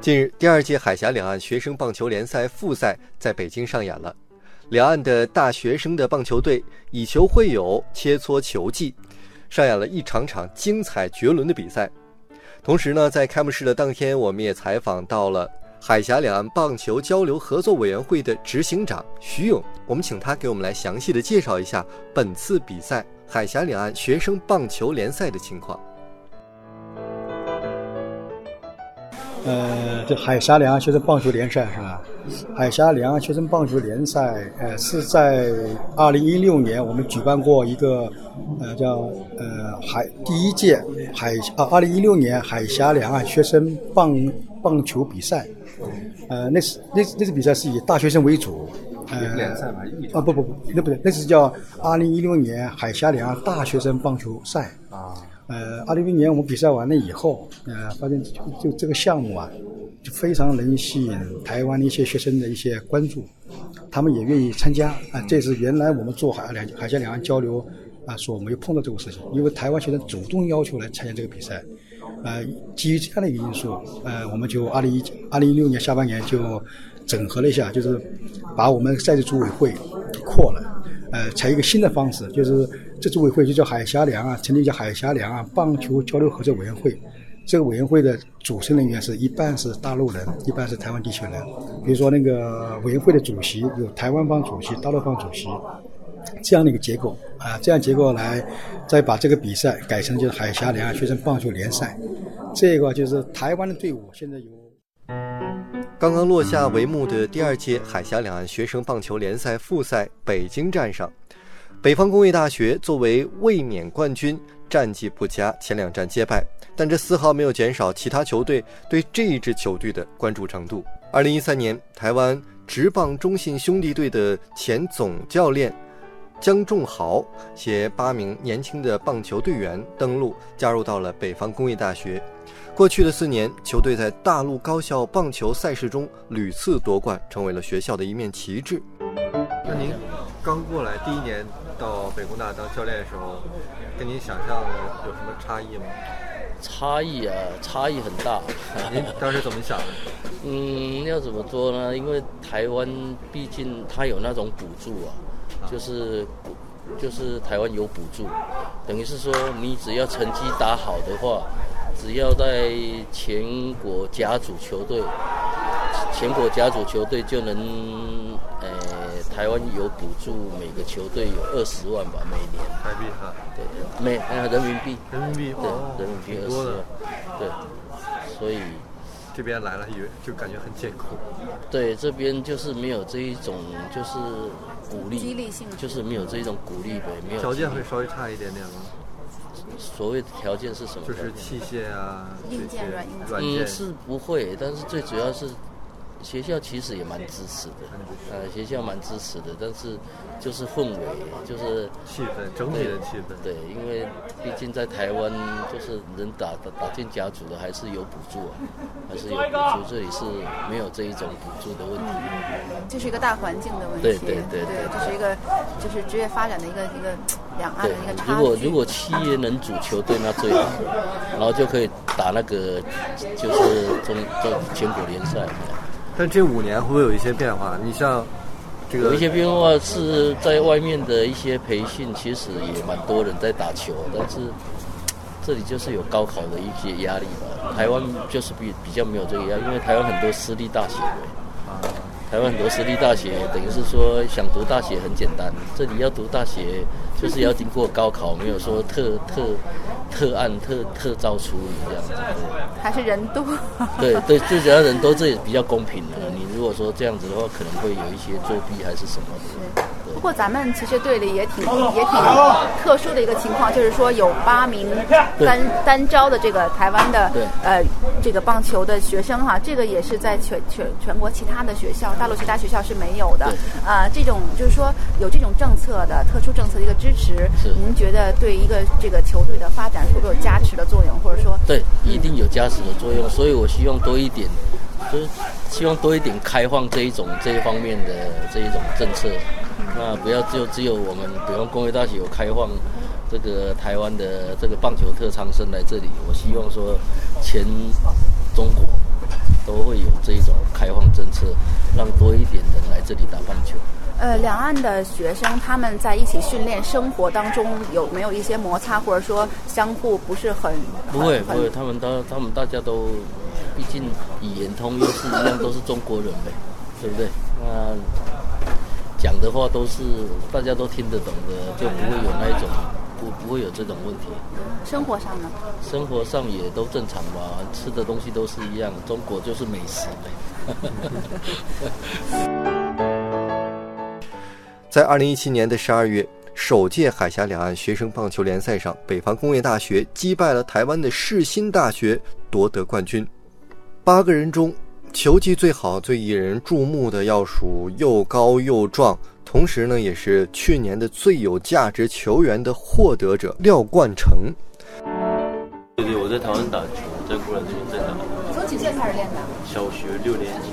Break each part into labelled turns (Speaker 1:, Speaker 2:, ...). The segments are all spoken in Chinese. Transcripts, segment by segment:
Speaker 1: 近日，第二届海峡两岸学生棒球联赛复赛在北京上演了。两岸的大学生的棒球队以球会友，切磋球技，上演了一场场精彩绝伦的比赛。同时呢，在开幕式的当天，我们也采访到了海峡两岸棒球交流合作委员会的执行长徐勇，我们请他给我们来详细的介绍一下本次比赛海峡两岸学生棒球联赛的情况。
Speaker 2: 呃，这海峡两岸学生棒球联赛是吧？海峡两岸学生棒球联赛，呃，是在二零一六年我们举办过一个，呃，叫呃海第一届海啊，二零一六年海峡两岸学生棒棒球比赛，呃，那是那那次比赛是以大学生为主，
Speaker 3: 也不联赛吧？
Speaker 2: 啊不不不，那不对，那是叫二零一六年海峡两岸大学生棒球赛啊。呃，二零一六年我们比赛完了以后，呃，发现就就这个项目啊，就非常能吸引台湾的一些学生的一些关注，他们也愿意参加啊、这是原来我们做海两海峡两岸交流啊、所没有碰到这个事情，因为台湾学生主动要求来参加这个比赛。呃，基于这样的一个因素，呃，我们就二零一二零一六年下半年就整合了一下，就是把我们赛事组委会扩了，呃，采一个新的方式，就是这组委会就叫海峡两岸，成立叫海峡两岸棒球交流合作委员会。这个委员会的组成人员是一半是大陆人，一半是台湾地区人。比如说那个委员会的主席有台湾方主席、大陆方主席，这样的一个结构啊，这样结构来再把这个比赛改成就是海峡两岸学生棒球联赛，这个就是台湾的队伍现在有。
Speaker 1: 刚刚落下帷幕的第二届海峡两岸学生棒球联赛复赛北京站上，北方工业大学作为卫冕冠军，战绩不佳，前两战皆败，但这丝毫没有减少其他球队对这一支球队的关注程度。二零一三年，台湾职棒中信兄弟队的前总教练江仲豪携八名年轻的棒球队员登陆，加入到了北方工业大学。过去的四年，球队在大陆高校棒球赛事中屡次夺冠，成为了学校的一面旗帜。
Speaker 3: 那您刚过来第一年到北工大当教练的时候，跟您想象的有什么差异吗？
Speaker 4: 差异啊，差异很大。
Speaker 3: 您当时怎么想的？
Speaker 4: 嗯，要怎么说呢？因为台湾毕竟它有那种补助啊，就是就是台湾有补助，等于是说你只要成绩打好的话，只要在全国甲组球队，全国甲组球队就能，呃，台湾有补助，每个球队有二十万吧，每年，
Speaker 3: 台币哈，
Speaker 4: 对，每呃人民币，
Speaker 3: 人民币哦
Speaker 4: 对，人民币
Speaker 3: 挺
Speaker 4: 二
Speaker 3: 多
Speaker 4: 十万
Speaker 3: 的。，
Speaker 4: 对，所以
Speaker 3: 这边来了，以为就感觉很艰苦。
Speaker 4: 对这边就是没有这一种就是鼓励，
Speaker 5: 激励性质
Speaker 4: 就是没有这一种鼓励呗，没有
Speaker 3: 条件
Speaker 4: 激
Speaker 3: 会
Speaker 4: 励
Speaker 3: 稍微差一点点吗？
Speaker 4: 所谓的条件是什么
Speaker 3: 就
Speaker 4: 条件？
Speaker 3: 是器械啊，这
Speaker 5: 硬件
Speaker 3: 些
Speaker 5: 软硬件
Speaker 3: 软
Speaker 4: 嗯
Speaker 3: 件
Speaker 4: 是不会，但是最主要是学校其实也蛮支持的，
Speaker 3: 嗯
Speaker 4: 呃，学校蛮支持的，但是就是氛围就是。
Speaker 3: 气氛，整体的气氛。
Speaker 4: 对，因为毕竟在台湾，就是能打打打进甲组的还是有补助啊，还是有补助，这里是没有这一种补助的问题。
Speaker 5: 这是一个大环境的问题，
Speaker 4: 对对对对
Speaker 5: 这是一个就是职业发展的一个一个两岸
Speaker 4: 对
Speaker 5: 的啊一个，差距。
Speaker 4: 哎如果如果企业能组球队，那最好，然后就可以打那个就是中中全国联赛。
Speaker 3: 但这五年会不会有一些变化？你像这
Speaker 4: 有
Speaker 3: 个
Speaker 4: 一些变化是在外面的一些培训，其实也蛮多人在打球，但是这里就是有高考的一些压力吧。台湾就是比比较没有这个压力，因为台湾很多私立大学，台湾很多私立大学，等于是说想读大学很简单，这里要读大学就是要经过高考，没有说特特特案特特招处理这样子。
Speaker 5: 还是人多，
Speaker 4: 对对，最主要人都这里比较公平的。你如果说这样子的话，可能会有一些作弊还是什么的。
Speaker 5: 不过咱们其实队里也挺也挺特殊的一个情况，就是说有八名
Speaker 4: 对
Speaker 5: 单单招的这个台湾的
Speaker 4: 对
Speaker 5: 呃这个棒球的学生哈、这个也是在全全全国其他的学校、大陆其他学校是没有的
Speaker 4: 对。
Speaker 5: 呃，这种就是说有这种政策的特殊政策的一个支持
Speaker 4: 是，
Speaker 5: 您觉得对一个这个球队的发展会不会有加持的作用，或者说
Speaker 4: 对，一定有加持的作用，所以我希望多一点，就是希望多一点开放这一种这一方面的这一种政策，那不要就只有我们北方工业大学有开放这个台湾的这个棒球特长生来这里，我希望说全中国都会有这一种开放政策，让多一点人来这里打棒球。
Speaker 5: 呃，两岸的学生他们在一起训练生活当中有没有一些摩擦，或者说相互不是很
Speaker 4: 不会
Speaker 5: 很
Speaker 4: 不会，他们都他们大家都，毕竟语言通又是一样，都是中国人呗，对不对？那讲的话都是大家都听得懂的，就不会有那一种不不会有这种问题。
Speaker 5: 生活上呢？
Speaker 4: 生活上也都正常吧，吃的东西都是一样，中国就是美食呗。
Speaker 1: 在二零一七年的十二月，首届海峡两岸学生棒球联赛上，北方工业大学击败了台湾的世新大学，夺得冠军。八个人中，球技最好、最引人注目的要数又高又壮，同时呢，也是去年的最有价值球员的获得者廖冠成。
Speaker 6: 对对，我在台湾打球，在古兰这边在打，
Speaker 5: 从几岁开始练的？
Speaker 6: 小学六年级。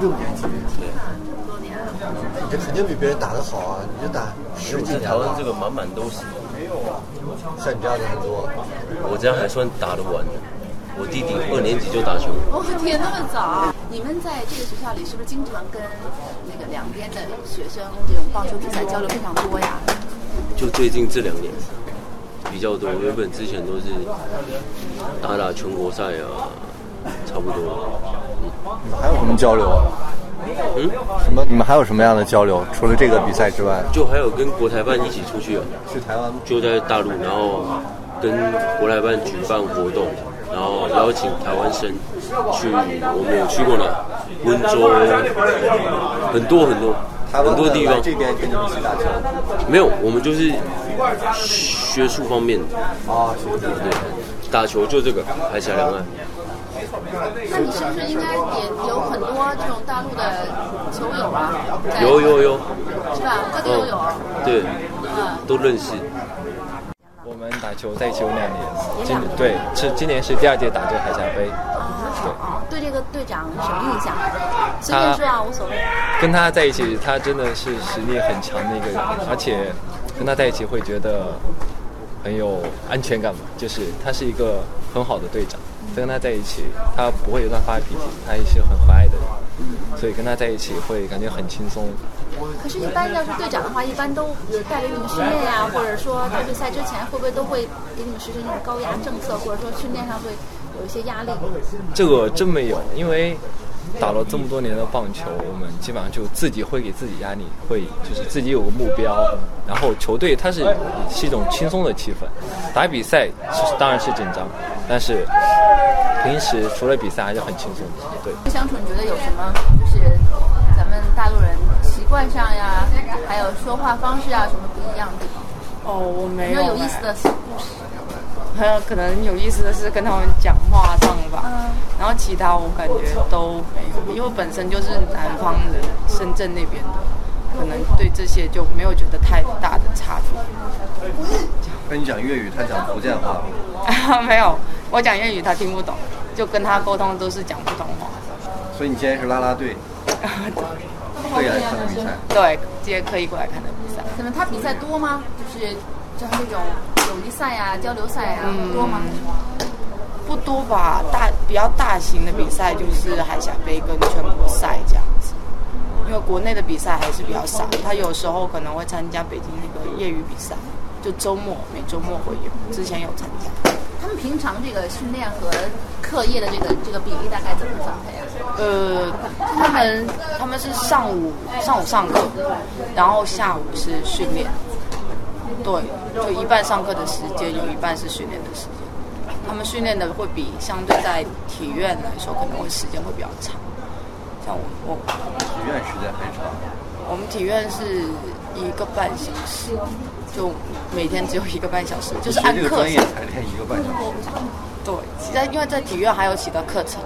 Speaker 3: 六年级，对，你这肯定比别人打得好啊！你这打十几
Speaker 6: 在
Speaker 3: 年
Speaker 6: 台湾
Speaker 3: 了
Speaker 6: 这，个满满都是，
Speaker 3: 像你这样的很多。
Speaker 6: 我这样还算打得完的。我弟弟二年级就打球，
Speaker 5: 我哦天，那么早！啊你们在这个学校里是不是经常跟那个两边的学生这种棒球比赛交流非常多呀？
Speaker 6: 就最近这两年比较多。原本之前都是打打全国赛啊，差不多。
Speaker 1: 你们还有什么交流啊？
Speaker 6: 嗯，
Speaker 1: 什么？你们还有什么样的交流？除了这个比赛之外，
Speaker 6: 就还有跟国台办一起出去啊，
Speaker 3: 去台湾
Speaker 6: 就在大陆，然后跟国台办举办活动，然后邀请台湾生去，我们有去过哪？温州，啊很多很多
Speaker 3: 台湾
Speaker 6: 很多地
Speaker 3: 的来
Speaker 6: 方。
Speaker 3: 这边跟你们一起打球
Speaker 6: 没有，我们就是学术方面的，
Speaker 3: 啊，学弟
Speaker 6: 对，打球就这个，海峡两岸。
Speaker 5: 那你是不是应该也有很多这种大陆的球友啊？在
Speaker 6: 有有有，
Speaker 5: 是吧？各地都有。
Speaker 6: 嗯，对，都认识。
Speaker 7: 我们打球在一起有两年，今对是今年是第二届打这个海峡杯，
Speaker 5: 啊，对这个队长什么印象？随便说啊，无所谓。
Speaker 7: 跟他在一起，他真的是实力很强的一个人，而且跟他在一起会觉得很有安全感吧，就是他是一个很好的队长，跟他在一起，他不会乱发脾气，他也是很和蔼的人，所以跟他在一起会感觉很轻松。
Speaker 5: 可是，一般要是队长的话，一般都呃带领你们训练呀、或者说在比赛之前，会不会都会给你们实施那种高压政策，或者说训练上会有一些压力？
Speaker 7: 这个真没有，因为打了这么多年的棒球，我们基本上就自己会给自己压力，会就是自己有个目标，然后球队它是是一种轻松的气氛，打比赛是当然是紧张，但是平时除了比赛还是很轻松的，对。
Speaker 5: 相处你觉得有什么？就是咱们大陆人习惯上呀，还有说话方式啊，什么不一样的地方？
Speaker 8: 哦，我没
Speaker 5: 有没
Speaker 8: 有
Speaker 5: 有有意思的故事？
Speaker 8: 还有可能有意思的是跟他们讲话上吧，
Speaker 5: 嗯
Speaker 8: 然后其他我感觉都没有，因为我本身就是南方人，深圳那边的，可能对这些就没有觉得太大的差别。
Speaker 3: 跟你讲粤语，他讲福建话，
Speaker 8: 没有，我讲粤语他听不懂，就跟他沟通都是讲普通话。
Speaker 3: 所以你今天是啦啦 队，队来看的比赛。
Speaker 8: 对，这些可以过来看的比赛。
Speaker 5: 怎么他比赛多吗？就是像这种友谊赛呀、啊交流赛呀、
Speaker 8: 嗯
Speaker 5: 多吗？
Speaker 8: 不多吧，大比较大型的比赛就是海峡杯跟全国赛这样子，因为国内的比赛还是比较少，他有时候可能会参加北京那个业余比赛，就周末每周末会有，之前有参加，
Speaker 5: 他们平常这个训练和课业的这个这个比例大概怎么分配啊？
Speaker 8: 呃，他们他们是上午上午上课，然后下午是训练，对，就一半上课的时间，有一半是训练的时间。他们训练的会比相对在体院来说，可能会时间会比较长。像我我
Speaker 3: 体院时间很长，
Speaker 8: 我们体院是一个半小时，就每天只有一个半小时，就是按
Speaker 3: 学这个
Speaker 8: 课
Speaker 3: 专业才练一个半小时，
Speaker 8: 对，在因为在体院还有其他课程，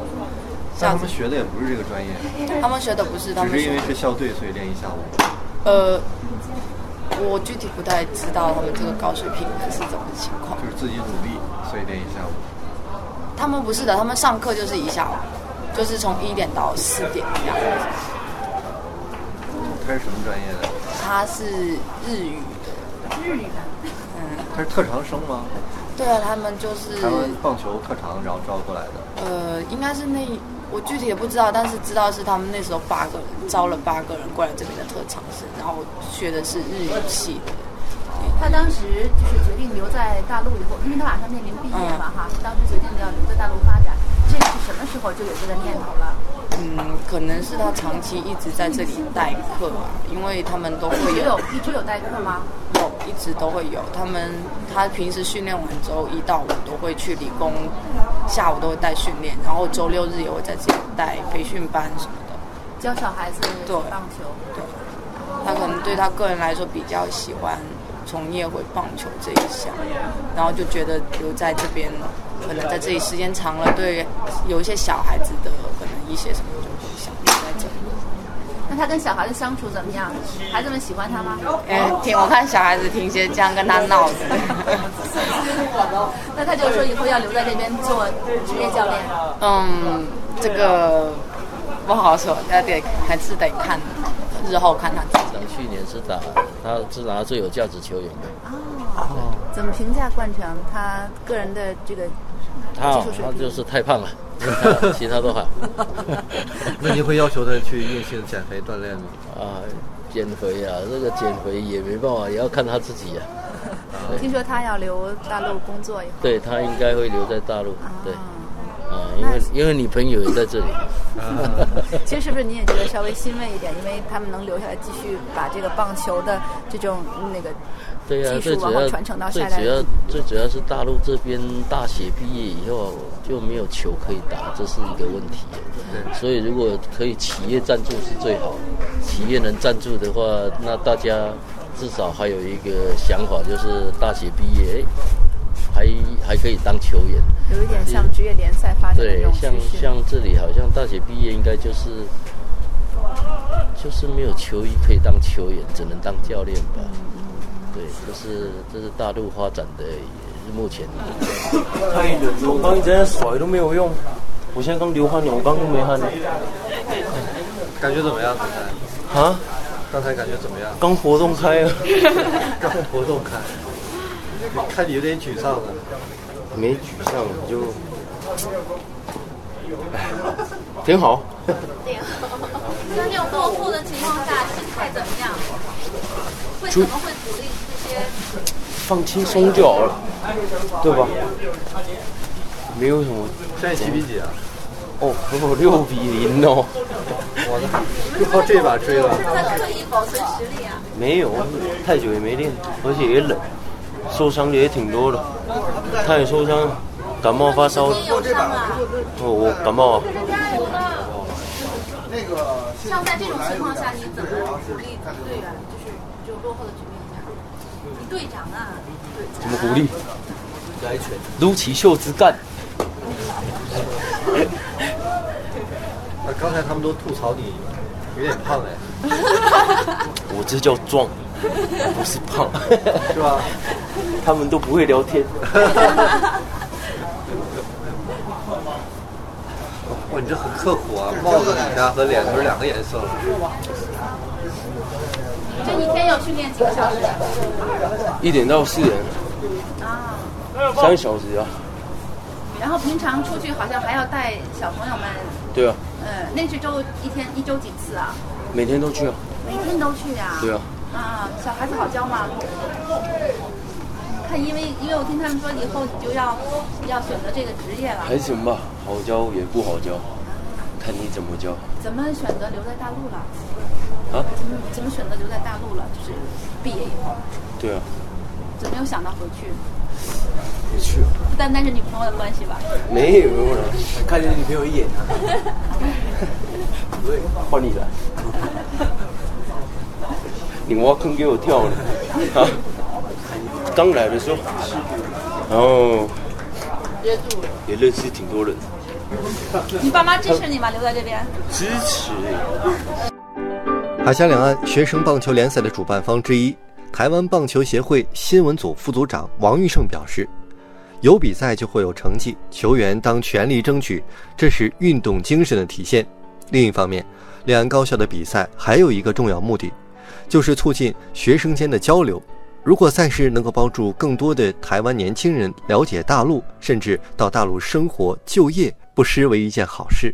Speaker 3: 但
Speaker 8: 像
Speaker 3: 他们学的也不是这个专业，
Speaker 8: 他们学的不是他
Speaker 3: 只
Speaker 8: 们
Speaker 3: 是因
Speaker 8: 学
Speaker 3: 为
Speaker 8: 的
Speaker 3: 是校队，所以练一下午。
Speaker 8: 呃，我具体不太知道他们这个高水平是怎么情况。
Speaker 3: 就是自己努力，所以练一下午。
Speaker 8: 他们不是的，他们上课就是一下午，就是从一点到四点这样子。
Speaker 3: 他是什么专业的？
Speaker 8: 他是日语的，
Speaker 3: 他是特长生吗？
Speaker 8: 对啊，他们就是
Speaker 3: 台湾棒球特长，然后招过来的。
Speaker 8: 呃，应该是那我具体也不知道，但是知道是他们那时候八个人招了八个人过来这边的特长生，然后我学的是日语系的。
Speaker 5: 他当时就是决定留在大陆以后，因为他马上面临毕业嘛哈，
Speaker 8: 嗯
Speaker 5: 当时决定要留在大陆发展。这个是什么时候就有这个念头了？
Speaker 8: 嗯，可能是他长期一直在这里代课吧，因为他们都
Speaker 5: 一
Speaker 8: 会
Speaker 5: 直
Speaker 8: 有
Speaker 5: 有一直有代课吗？
Speaker 8: 有，一直都会有。他们他平时训练完之后，一到五都会去理工，下午都会带训练，然后周六日也会在这里带培训班什么的。
Speaker 5: 教小孩子
Speaker 8: 对
Speaker 5: 棒球，
Speaker 8: 对，他可能对他个人来说比较喜欢从业回棒球这一项，然后就觉得留在这边，可能在这里时间长了，对有一些小孩子的可能一些什么就会想留在这里。
Speaker 5: 那他跟小孩子相处怎么样？孩子们喜欢他 吗？
Speaker 8: 哎，挺我看小孩子挺些这样跟他闹的。
Speaker 5: 那他就说以后要留在这边做职业教练。
Speaker 8: 嗯，这个不好说，要得还是得看日后看他自己。
Speaker 4: 他去年是打，他是拿最有价值球员的。
Speaker 5: 怎么评价冠城他个人的这个？
Speaker 4: 他哦
Speaker 5: 技术水
Speaker 4: 他
Speaker 5: 平
Speaker 4: 就是太 胖了，他其他都好。
Speaker 3: 那您会要求他去硬性减肥锻炼吗？
Speaker 4: 啊，减肥啊，这个减肥也没办法，也要看他自己呀、啊
Speaker 5: 听说他要留大陆工作以后，
Speaker 4: 对他应该会留在大陆，对，啊，因为因为你朋友也在这里。
Speaker 5: 其实是不是你也觉得稍微欣慰一点？因为他们能留下来继续把这个棒球的这种那个
Speaker 4: 对呀、
Speaker 5: 技
Speaker 4: 最
Speaker 5: 术
Speaker 4: 主
Speaker 5: 往
Speaker 4: 要
Speaker 5: 后传承到
Speaker 4: 最
Speaker 5: 下一代
Speaker 4: 主要
Speaker 5: 人。
Speaker 4: 最主要是大陆这边大学毕业以后就没有球可以打，这是一个问题。啊所以如果可以企业赞助是最好，企业能赞助的话，那大家至少还有一个想法，就是大学毕业，哎还还可以当球员。
Speaker 5: 有一点像职业联赛发展的这
Speaker 4: 对
Speaker 5: 种，趋
Speaker 4: 像
Speaker 5: 势。
Speaker 4: 像这里好像大学毕业应该就是就是没有球衣可以当球员，只能当教练吧。
Speaker 5: 嗯
Speaker 4: 对，这是这是大陆发展的目前的
Speaker 9: 太冷了，我刚一直在甩都没有用，我现在刚流汗了，我刚都没汗呢。
Speaker 3: 感觉怎么样？刚才
Speaker 9: 啊，
Speaker 3: 刚才感觉怎么样？
Speaker 9: 刚活动开了，
Speaker 3: 刚活动看，看你有点沮丧啊了。
Speaker 9: 没沮丧就， 唉挺好。
Speaker 5: 在这种落后的情况下，心态怎么样？会
Speaker 9: 怎
Speaker 5: 么会鼓励这些？
Speaker 9: 放轻松就好了，对吧？没有什么
Speaker 3: 现在几比几啊？
Speaker 9: 哦，我六比零哦，
Speaker 3: 我的，就靠这把追了。
Speaker 5: 在刻意保存实力啊！
Speaker 9: 没有，太久也没练，而且也冷，受伤的也挺多的，他也受伤，感冒发烧，
Speaker 5: 你嗯有伤啊！
Speaker 9: 我我感冒啊，
Speaker 5: 像在这种情况下，你怎么鼓励队员？就是这种落后的局面下，你队长啊，
Speaker 9: 怎么鼓励？撸起袖子干，
Speaker 3: 啊，刚才他们都吐槽你有点胖哎，
Speaker 9: 我这叫壮，不是胖，
Speaker 3: 是吧？
Speaker 9: 他们都不会聊天。
Speaker 3: 哇，你这很刻苦啊，帽子底下和脸都是两个颜色了。
Speaker 5: 就一天要训练几个小时？
Speaker 9: 一点到四点，
Speaker 5: 啊
Speaker 9: 三个小时啊，
Speaker 5: 然后平常出去好像还要带小朋友们，
Speaker 9: 对啊，
Speaker 5: 呃，那是周一天一周几次啊？
Speaker 9: 每天都去啊，
Speaker 5: 每天都去啊？
Speaker 9: 对啊。
Speaker 5: 啊，小孩子好教吗？看，因为因为我听他们说，以后你就要要选择这个职业了，
Speaker 9: 还行吧，好教也不好教，看你怎么教
Speaker 5: 怎么选择留在大陆了？
Speaker 9: 啊，
Speaker 5: 怎么选择留在大陆了？就是毕业以后，
Speaker 9: 对啊，
Speaker 5: 怎么没有想到回去？
Speaker 9: 你去
Speaker 5: 不单单是女朋友的关系吧？
Speaker 9: 没有了，看你女朋友一眼啊， 换你了， 你挖坑给我跳了啊！刚来的时候，然后也认识挺多人，
Speaker 5: 你爸妈支持你吗？留在这边？
Speaker 9: 支持
Speaker 1: 海峡两岸学生棒球联赛的主办方之一，台湾棒球协会新闻组副组长王玉胜表示，有比赛就会有成绩，球员当全力争取，这是运动精神的体现。另一方面，两岸高校的比赛还有一个重要目的，就是促进学生间的交流。如果赛事能够帮助更多的台湾年轻人了解大陆，甚至到大陆生活、就业，不失为一件好事。